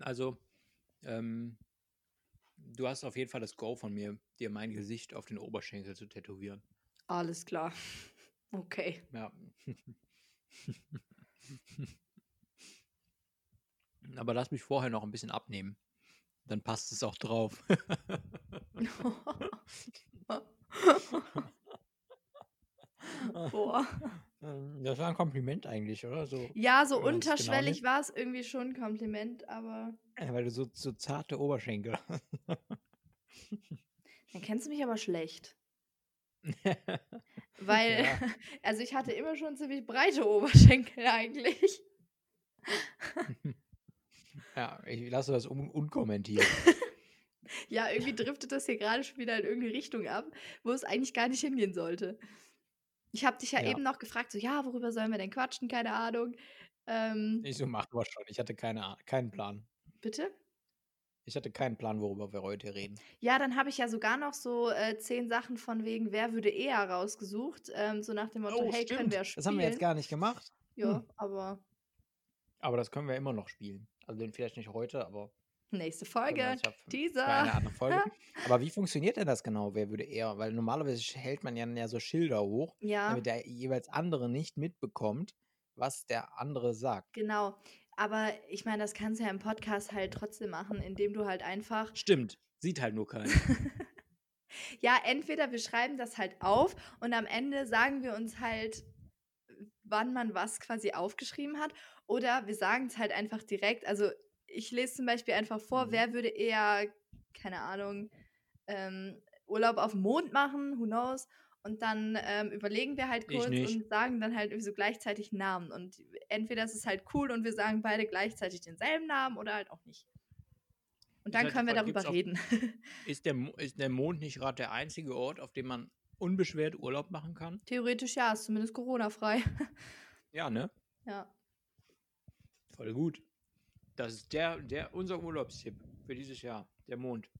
Also, ähm, du hast auf jeden Fall das Go von mir, dir mein Gesicht auf den Oberschenkel zu tätowieren.
Alles klar. *laughs*
*laughs*
Okay. *laughs*
Ja. Aber lass mich vorher noch ein bisschen abnehmen. Dann passt es auch drauf. *laughs* *laughs*
Boah.
Ähm, Das war ein Kompliment eigentlich, oder? So,
Ja, so
Wenn man's genau
unterschwellig
nimmt.
war es irgendwie schon ein Kompliment, aber.
äh, weil du so, so zarte Oberschenkel hast.
Dann kennst du mich aber schlecht. Weil, *laughs* also ich hatte immer schon ziemlich breite Oberschenkel *laughs* eigentlich.
*laughs* ja, ich lasse das un unkommentiert.
Ja,
*laughs*
irgendwie driftet das hier gerade schon wieder in irgendeine Richtung ab, wo es eigentlich gar nicht hingehen sollte. Ich habe dich ja,
Ja.
eben noch gefragt, so, ja, worüber sollen wir denn quatschen? Keine Ahnung. Ähm,
*laughs* Ich so, mach du schon. Ich hatte keine, Ah- keinen Plan.
bitte?
Ich hatte keinen Plan, worüber wir heute reden.
Ja, dann habe ich ja sogar noch so äh, zehn Sachen von wegen, wer würde eher rausgesucht. Ähm, so nach dem Motto,
Oh,
hey, können wir spielen?
das haben wir jetzt gar hm. nicht gemacht.
Ja, aber
Aber das können wir immer noch spielen. Also den vielleicht nicht heute, aber
nächste
können wir
Folge,
das ja für- für eine
dieser.
andere *laughs* Folge. aber wie funktioniert denn das genau? Wer würde eher? Weil normalerweise sch- hält man ja, ja so Schilder hoch,
Ja.
damit der jeweils andere nicht mitbekommt, was der andere sagt.
Genau. Aber ich meine, das kannst du ja im Podcast halt trotzdem machen, indem du halt einfach.
Stimmt. Sieht halt nur keiner.
Ja, entweder wir schreiben das halt auf und am Ende sagen wir uns halt, wann man was quasi aufgeschrieben hat. Oder wir sagen es halt einfach direkt. Also ich lese zum Beispiel einfach vor,
Mhm.
wer würde eher, keine Ahnung, ähm, Urlaub auf dem Mond machen, who knows. Und dann ähm, überlegen wir halt
Ich
kurz
nicht.
und sagen dann halt irgendwie so gleichzeitig Namen. Und entweder ist es halt cool und wir sagen beide gleichzeitig denselben Namen oder halt auch nicht.
Ist
Und dann
halt die
können wir
Frage,
darüber
gibt's auch-
reden. *laughs*
ist, der, Mo- ist der Mond nicht gerade der einzige Ort, auf dem man unbeschwert Urlaub machen kann?
Theoretisch ja, ist zumindest Corona-frei. *laughs*
Ja, ne?
Ja.
Voll gut. Das ist der, der unser Urlaubstipp für dieses Jahr. Der Mond.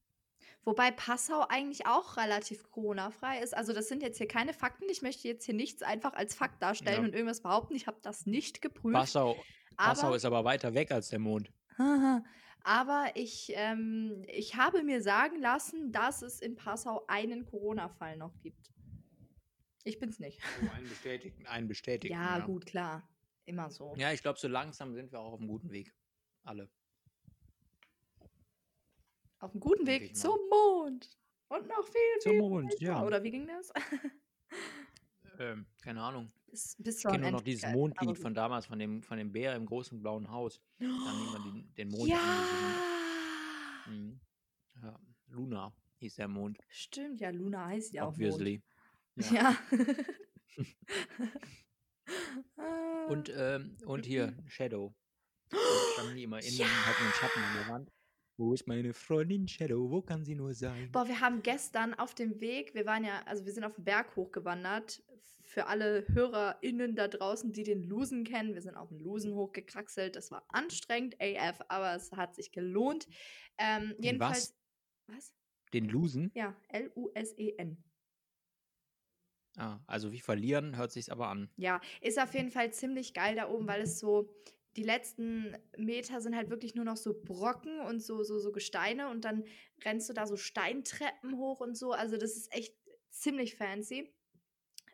Wobei Passau eigentlich auch relativ Corona-frei ist. Also das sind jetzt hier keine Fakten. Ich möchte jetzt hier nichts einfach als Fakt darstellen
Ja.
und irgendwas behaupten. Ich habe das nicht geprüft.
Passau, Passau
aber,
ist aber weiter weg als der Mond.
*laughs* aber ich, ähm, ich habe mir sagen lassen, dass es in Passau einen Corona-Fall noch gibt. Ich bin's nicht.
So einen bestätigten, einen bestätigten.
Ja, gut, klar. Immer so.
Ja, ich glaube, so langsam sind wir auch auf einem guten Weg. Alle.
Auf einem guten
Denke
Weg
ich mal.
zum Mond. Und noch viel,
Zum
viel.
Mond, ja.
Oder wie ging das? *laughs*
Ähm, keine Ahnung.
Bis, bis
Ich
zur
kenne nur noch
End-
dieses
äh, aber
Mondlied
gut.
von damals, von dem, von dem Bär im großen blauen Haus. *gasps*
*gasps*
Da nehmen wir den, den Mond angesungen.
Ja!
Mhm. ja. Luna hieß der Mond.
Stimmt, ja, Luna heißt ja *laughs*
obviously.
auch Mond.
Ja. *laughs*
Ja.
Und, *laughs*
Äh,
ähm, und *laughs* hier, Shadow. Da standen die immer innen und hatten einen Schatten an der Wand. Wo ist meine Freundin Shadow? Wo kann sie nur sein?
Boah, wir haben gestern auf dem Weg, wir waren ja, also wir sind auf den Berg hochgewandert. Für alle HörerInnen da draußen, die den Lusen kennen, wir sind auf den Lusen hochgekraxelt. Das war anstrengend, AF, aber es hat sich gelohnt. Ähm,
was?
jedenfalls. Was?
Den Losen?
Ja, L-U-S-E-N.
Ah, also wie verlieren hört sich's aber an.
Ja, ist auf jeden Fall ziemlich geil da oben, weil es so, die letzten Meter sind halt wirklich nur noch so Brocken und so, so, so Gesteine und dann rennst du da so Steintreppen hoch und so. Also das ist echt ziemlich fancy.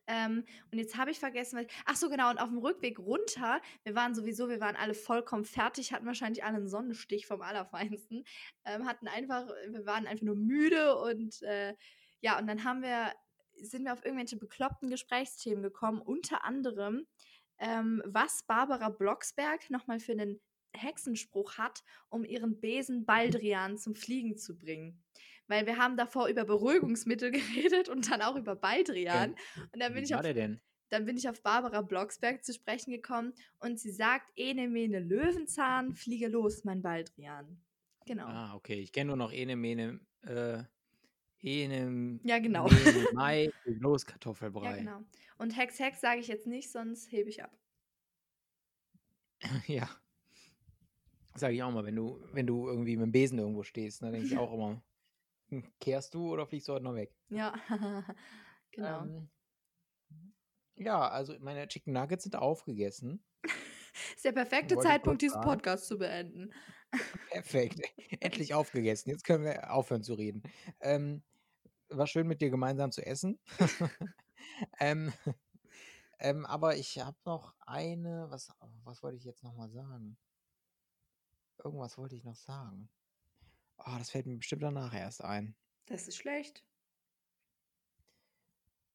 Ähm, und jetzt habe ich vergessen, was. Ach so, genau. Und auf dem Rückweg runter, wir waren sowieso, wir waren alle vollkommen fertig, hatten wahrscheinlich alle einen Sonnenstich vom Allerfeinsten. Ähm, hatten einfach, wir waren einfach nur müde und äh, ja, und dann haben wir, sind wir auf irgendwelche bekloppten Gesprächsthemen gekommen, unter anderem, ähm, was Barbara Blocksberg nochmal für einen Hexenspruch hat, um ihren Besen Baldrian zum Fliegen zu bringen. Weil wir haben davor über Beruhigungsmittel *laughs* geredet und dann auch über Baldrian. Und dann bin
Wie
ich auf
war der denn?
dann bin ich auf Barbara Blocksberg zu sprechen gekommen und sie sagt, ene mene Löwenzahn, fliege los, mein Baldrian. Genau.
Ah, okay. Ich kenne nur noch Ene Mene, äh, Ene
Ja, genau.
Mene *laughs* Mai, los Kartoffelbrei.
Ja, genau. Und Hex Hex sage ich jetzt nicht, sonst hebe ich ab.
*laughs* Ja. Sag ich auch mal, wenn du, wenn du irgendwie mit dem Besen irgendwo stehst, dann denke ich auch immer, hm, kehrst du oder fliegst du heute noch weg?
Ja, *laughs* genau.
Ähm, ja, also meine Chicken Nuggets sind aufgegessen. *laughs*
ist der perfekte
wollte ich
Zeitpunkt,
kurz
diesen
sagen.
Podcast zu beenden.
Perfekt. Endlich aufgegessen. Jetzt können wir aufhören zu reden. Ähm, war schön mit dir gemeinsam zu essen. *laughs* ähm, ähm, aber ich habe noch eine, was, was wollte ich jetzt nochmal sagen? Irgendwas wollte ich noch sagen. Ah, das fällt mir bestimmt danach erst ein.
Das ist schlecht.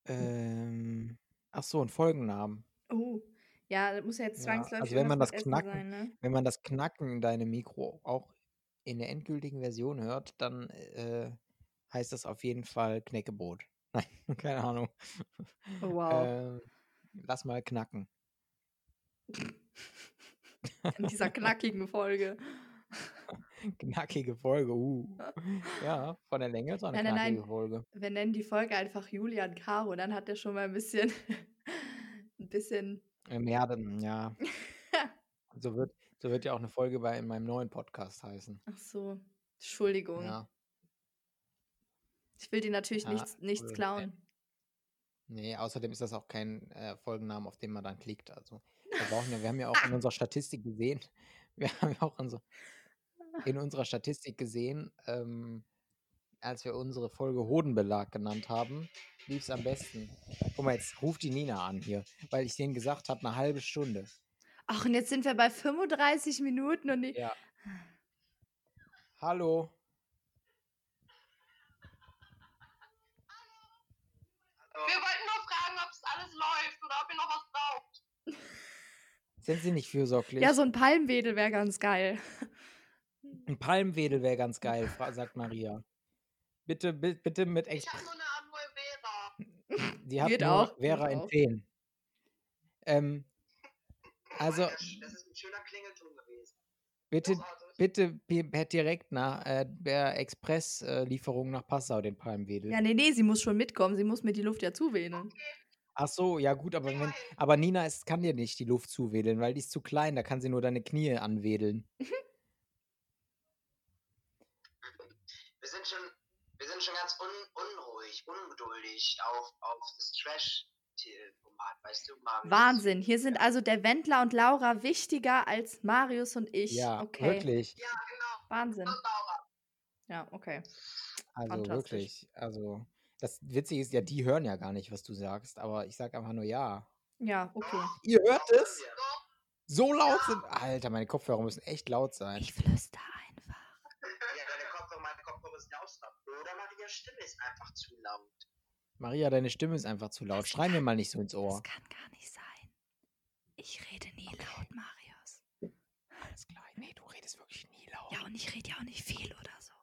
Ähm, ach so, ein Folgennamen.
Oh. Ja, das muss ja jetzt
Ja, also
zwangsläufig.
wenn
irgendwas
man das
mit Essen
knacken- *laughs*
Sein, ne?
Wenn man das Knacken in deinem Mikro auch in der endgültigen Version hört, dann äh, heißt das auf jeden Fall Knäckebrot. *laughs* Nein, keine Ahnung.
Oh, wow.
Ähm, lass mal knacken. *laughs* äh,
In dieser knackigen Folge.
Knackige Folge, uh. Ja, von der Länge ist auch eine
Nein, nein, nein.
knackige Folge.
Wir nennen die Folge einfach Julian Caro, dann hat er schon mal ein bisschen. *laughs* ein bisschen.
Äh, Merden,
*laughs*
ja. so, wird, so wird ja auch eine Folge bei in meinem neuen Podcast heißen.
Ach so. Entschuldigung.
Ja.
Ich will dir natürlich
Ja,
nichts, nichts
cool.
klauen.
Nee, außerdem ist das auch kein äh, Folgennamen, auf den man dann klickt. Also wir brauchen ja, wir haben ja
*laughs*
auch in unserer Statistik gesehen, *laughs* wir haben ja auch in, so, in unserer Statistik gesehen, ähm, als wir unsere Folge Hodenbelag genannt haben, lief es am besten. Guck mal, jetzt ruft die Nina an hier, weil ich denen gesagt habe, eine halbe Stunde.
Ach, und jetzt sind wir bei 35 Minuten und die,
Ja. Hallo.
Wir wollten nur fragen, ob es alles läuft oder ob ihr noch was braucht.
Sind Sie nicht fürsorglich?
ja, so ein Palmwedel wäre ganz geil.
Ein Palmwedel wäre ganz geil, fra- sagt Maria. Bitte, bi- bitte mit
Ich
echt.
habe nur eine Aloe Vera.
Die hat
Geht
nur
auch,
Vera
geht
in
auch.
10. Ähm, also
Das ist ein schöner Klingelton gewesen.
bitte,
Großartig.
bitte per per direkt nach äh, per Express-Lieferung nach Passau den Palmwedel.
Ja, nee, nee, sie muss schon mitkommen. Sie muss mir die Luft ja zuwählen.
Ach so, ja gut, aber wenn, aber Nina ist, kann dir nicht die Luft zuwedeln, weil die ist zu klein, da kann sie nur deine Knie anwedeln.
Wir sind schon, wir sind schon ganz un, unruhig, ungeduldig auf, auf das Trash-Format, weißt du, Marius?
Wahnsinn. Hier sind also der Wendler und Laura wichtiger als Marius und ich.
ja,
okay.
wirklich.
Ja, genau.
Wahnsinn.
Und Laura.
Ja, okay.
Also
fantastisch.
wirklich. Also das Witzige ist ja, die hören ja gar nicht, was du sagst, aber ich sag einfach nur ja.
Ja, okay.
Ihr hört es?
Ja.
So laut sind. Alter, meine Kopfhörer müssen echt laut sein.
Ich flüster einfach.
Ja, deine Kopfhörer, meine Kopfhörer sind ja auch laut. Oder Marias Stimme ist einfach zu laut.
Maria, deine Stimme ist einfach zu laut. Schrei mir mal nicht so ins Ohr.
Das kann gar nicht sein. Ich rede nie laut, Marius.
Alles klar. Nee, du redest wirklich nie laut.
Ja, und ich rede ja auch nicht viel oder so.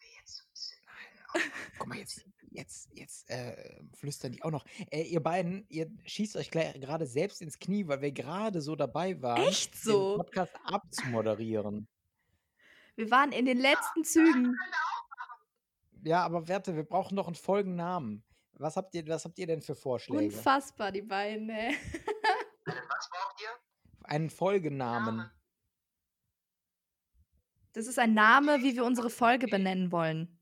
Nee, jetzt so ein bisschen.
Guck mal, jetzt, jetzt, jetzt äh, flüstern die auch noch. Äh, ihr beiden, ihr schießt euch gleich gerade selbst ins Knie, weil wir gerade so dabei waren,
Echt so?
den Podcast abzumoderieren.
Wir waren in den letzten Zügen.
Ja, aber Werte, wir brauchen noch einen Folgennamen. Was habt ihr, was habt ihr denn für Vorschläge?
Unfassbar, die beiden, ey.
Was braucht ihr?
einen Folgennamen.
Das ist ein Name, wie wir unsere Folge benennen wollen.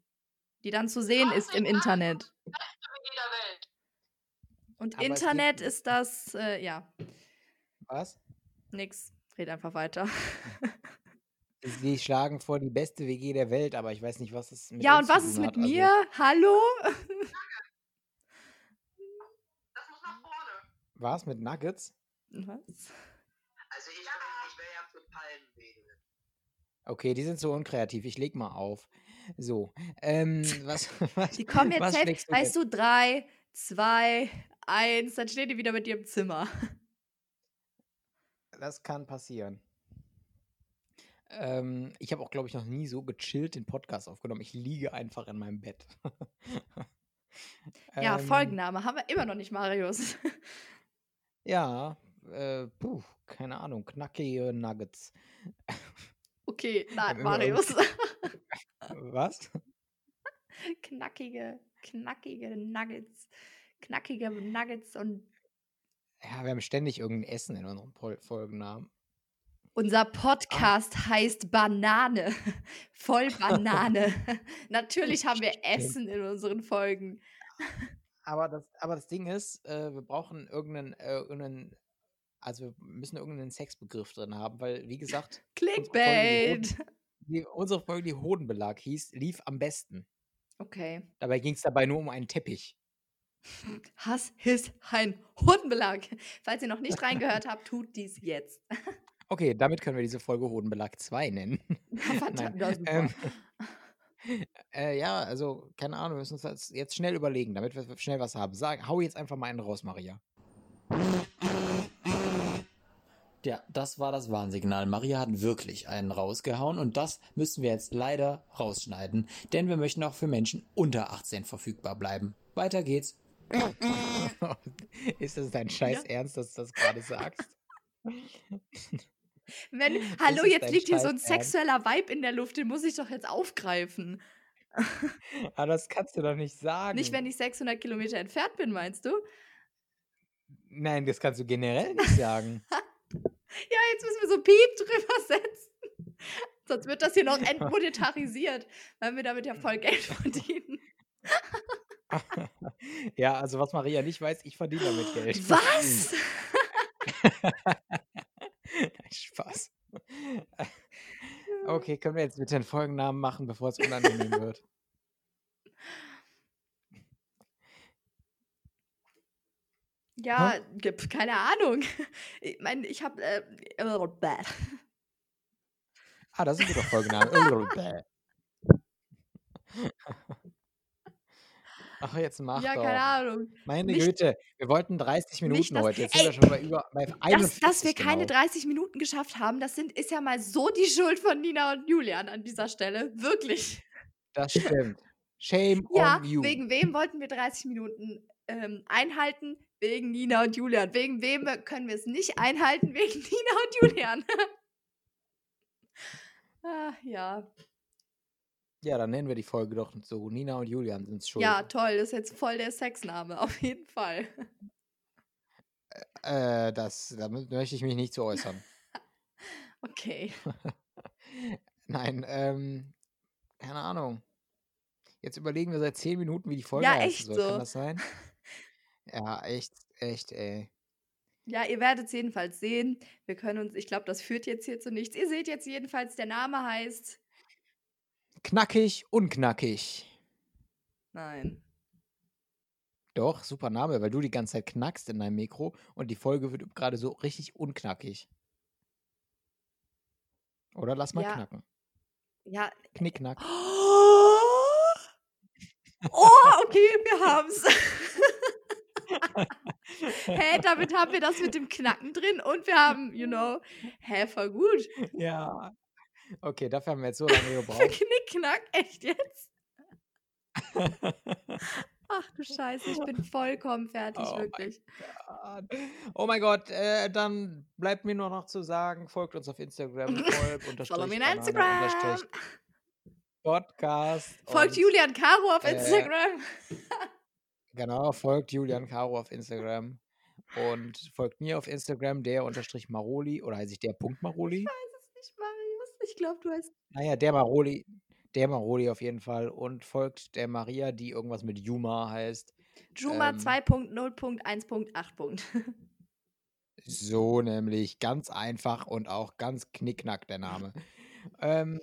Die dann zu sehen ist im Internet.
In jeder Welt.
Und
Aber es geht
Internet
nicht.
ist das, äh, ja,
Was?
nix. Red einfach weiter.
Sie schlagen vor die beste WG der Welt, aber ich weiß nicht, was es mit
ja, und
uns
was
zu
ist
tun
mit
hat. also-
mir? Hallo?
Das muss nach vorne.
Was mit Nuggets?
Was?
Also ich wäre ich wär ja für Palmenwedel.
Okay, die sind so unkreativ. Ich leg mal auf. So, ähm, was, *laughs* was,
Die kommen jetzt
was
safe.
schlägst
Weißt
denn?
du, drei, zwei, eins, dann steht die wieder mit dir im Zimmer.
Das kann passieren. Ähm, ich habe auch, glaube ich, noch nie so gechillt den Podcast aufgenommen. Ich liege einfach in meinem Bett. *laughs*
Ja,
Ähm,
Folgenname haben wir immer noch nicht, Marius. *laughs*
Ja, äh, puh, keine Ahnung, knackige Nuggets.
Okay, nein,
haben immer irgend-
Marius.
Was?
knackige, knackige Nuggets. Knackige Nuggets und
Ja, wir haben ständig irgendein Essen in unserem Pol Folgennamen.
Unser Podcast heißt Banane. *laughs* Voll Banane. *laughs* Natürlich haben wir Essen in unseren Folgen.
Aber das, aber das Ding ist, äh, wir brauchen irgendeinen, äh, irgendeinen, also wir müssen irgendeinen Sexbegriff drin haben, weil, wie gesagt,
Clickbait.
die, unsere Folge, die Hodenbelag hieß, lief am besten.
Okay.
Dabei ging es dabei nur um einen Teppich.
Hass ist ein Hodenbelag. Falls ihr noch nicht reingehört habt, tut dies jetzt. *laughs*
Okay, damit können wir diese Folge Hodenbelag 2 nennen.
Verdammt,
Nein,
na super.
ähm, *laughs*
*laughs*
äh, ja, also, keine Ahnung, wir müssen uns das jetzt schnell überlegen, damit wir schnell was haben. Sag, hau jetzt einfach mal einen raus, Maria.
Ja, das war das Warnsignal. Maria hat wirklich einen rausgehauen und das müssen wir jetzt leider rausschneiden, denn wir möchten auch für Menschen unter 18 verfügbar bleiben. Weiter geht's.
*laughs* Ist das dein scheiß Ernst, dass du das
*laughs*
gerade sagst?
Wenn, hallo,
ist
jetzt
dein
liegt hier so ein
Scheiß Ernst?
sexueller Vibe in der Luft, den muss ich doch jetzt aufgreifen.
Aber Ah, das kannst du doch nicht sagen.
Nicht, wenn ich 600 Kilometer entfernt bin, meinst du?
Nein, das kannst du
*laughs*
generell nicht sagen.
Ja, jetzt müssen wir so Piep drüber *laughs* setzen. Sonst wird das hier noch entmonetarisiert, weil wir damit ja
Mhm.
voll Geld verdienen.
ja, also was Maria nicht weiß, ich verdiene damit
*laughs*
Geld. Hm. *laughs*
Was?
Mhm. Spaß. Okay, können wir jetzt bitte einen Folgennamen machen, bevor es unangenehm wird?
Ja, gibt keine Ahnung. Ich meine, ich habe. Äh, äh, bäh.
Ah, das ist ein guter Folgenname. Ach, jetzt mach
ja,
doch.
keine Ahnung.
Meine
Nicht-
Güte, wir wollten 30 Minuten
dass-
heute. Jetzt
Ey,
sind wir schon bei über bei
Dass,
41
dass wir keine
genau.
30 Minuten geschafft haben, das sind, ist ja mal so die Schuld von Nina und Julian an dieser Stelle. Wirklich. *laughs*
Das stimmt. Shame
Ja,
on you.
wegen wem wollten wir 30 Minuten ähm, einhalten? Wegen Nina und Julian. Wegen wem können wir es nicht einhalten? Wegen *laughs* Nina und Julian. *laughs* ah, ja.
ja, dann nennen wir die Folge doch so. Nina und Julian sind schuld.
ja, toll. Das ist jetzt voll der Sexname, *laughs* auf jeden Fall.
Äh, das, damit möchte ich mich nicht zu äußern.
Okay.
Nein, ähm, keine Ahnung. Jetzt überlegen wir seit 10 Minuten, wie die Folge
Ja,
heißen
echt
soll.
so.
Kann das
*laughs*
sein? Ja, echt, echt, ey.
Ja, ihr werdet es jedenfalls sehen. Wir können uns, ich glaube, das führt jetzt hier zu nichts. Ihr seht jetzt jedenfalls, der Name heißt.
Knackig, unknackig.
Nein.
Doch, super Name, weil du die ganze Zeit knackst in deinem Mikro und die Folge wird gerade so richtig unknackig. Oder lass mal
Ja.
knacken.
Ja. *gasps*
Knickknack.
Oh, okay, wir haben's. Hä, damit haben wir das mit dem Knacken drin und wir haben, you know, hä, voll gut.
Ja. Okay, dafür haben wir jetzt so lange
Für
gebraucht.
Knickknack, echt jetzt? Ach du Scheiße, ich bin vollkommen fertig,
Oh mein
wirklich.
Oh mein Gott, äh, dann bleibt mir nur noch zu sagen, folgt uns auf Instagram, folgt unterstrich
*laughs* Follow me on
Banane,
Instagram.
unterstrich Podcast.
*laughs* Folgt
und-
Julian Caro auf
äh,
Instagram.
Genau, folgt Julian Caro auf Instagram. Und folgt mir auf Instagram, der unterstrich Maroli oder heiße ich der Punkt Maroli?
Ich, Marius, ich glaube, du heißt.
Naja, der Maroli, der Maroli auf jeden Fall. Und folgt der Maria, die irgendwas mit Juma heißt.
Juma
Ähm.
2.0.1.8.
So nämlich ganz einfach und auch ganz knickknack der Name. ähm,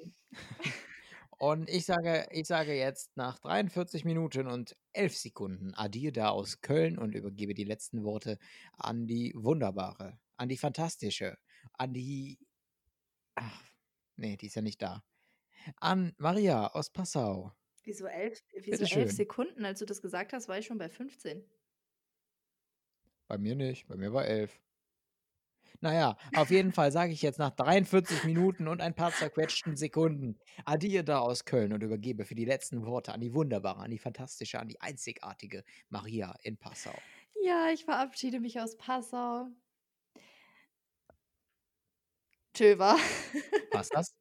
und ich sage, ich sage jetzt nach 43 Minuten und 11 Sekunden Adir da aus Köln und übergebe die letzten Worte an die wunderbare, an die fantastische, an die Ach, nee, die ist ja nicht da. An Maria aus Passau.
Wieso elf, wieso
Bitteschön.
elf Sekunden? Als du das gesagt hast, war ich schon bei 15.
Bei mir nicht, bei mir war 11. Naja, auf jeden Fall sage ich jetzt nach 43 Minuten und ein paar zerquetschten Sekunden Adir da aus Köln und übergebe für die letzten Worte an die wunderbare, an die fantastische, an die einzigartige Maria in Passau.
Ja, ich verabschiede mich aus Passau. Töva.
Was das?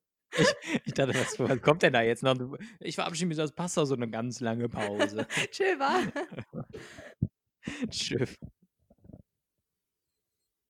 Ich dachte, was, was kommt denn da jetzt noch? Ich verabschiede
*laughs*
mich aus Passau, so eine ganz lange Pause.
Töva.
Schiff.